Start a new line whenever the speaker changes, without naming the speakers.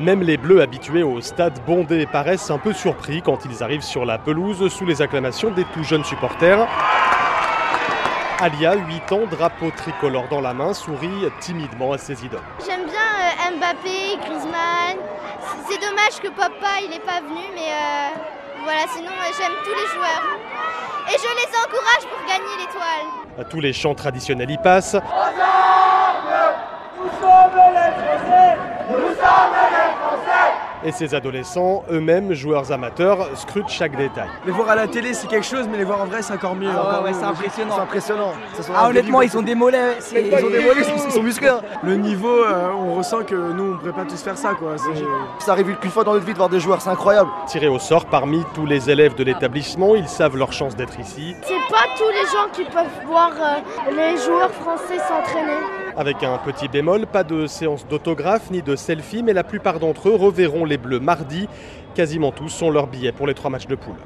Même les Bleus habitués au stade bondé paraissent un peu surpris quand ils arrivent sur la pelouse sous les acclamations des tout jeunes supporters. Alia, 8 ans, drapeau tricolore dans la main, sourit timidement à ses idoles.
J'aime bien euh, Mbappé, Griezmann. C'est dommage que Papa il n'est pas venu, mais euh, voilà, sinon euh, j'aime tous les joueurs. Et je les encourage pour gagner l'étoile.
Tous les chants traditionnels y passent. Et ces adolescents, eux-mêmes joueurs amateurs, scrutent chaque détail.
Les voir à la télé, c'est quelque chose, mais les voir en vrai, c'est encore mieux.
Ah
Encore
ouais, ouais,
mieux.
c'est impressionnant.
C'est impressionnant. Ça sera
Ah,
un
honnêtement,
délire.
ils ont des mollets. c'est-
Ils ont des mollets, ils sont- ils sont musclés. hein.
Le niveau, euh, on ressent que nous, on ne pourrait pas tous faire ça. Quoi. C'est-
Ça arrive qu'une fois dans notre vie de voir des joueurs, c'est incroyable.
Tirés au sort parmi tous les élèves de l'établissement, ils savent leur chance d'être ici.
C'est pas tous les gens qui peuvent voir euh, les joueurs français s'entraîner.
Avec un petit bémol, pas de séance d'autographe ni de selfie, mais la plupart d'entre eux reverront les Bleus mardi. Quasiment tous ont leur billet pour les trois matchs de poule.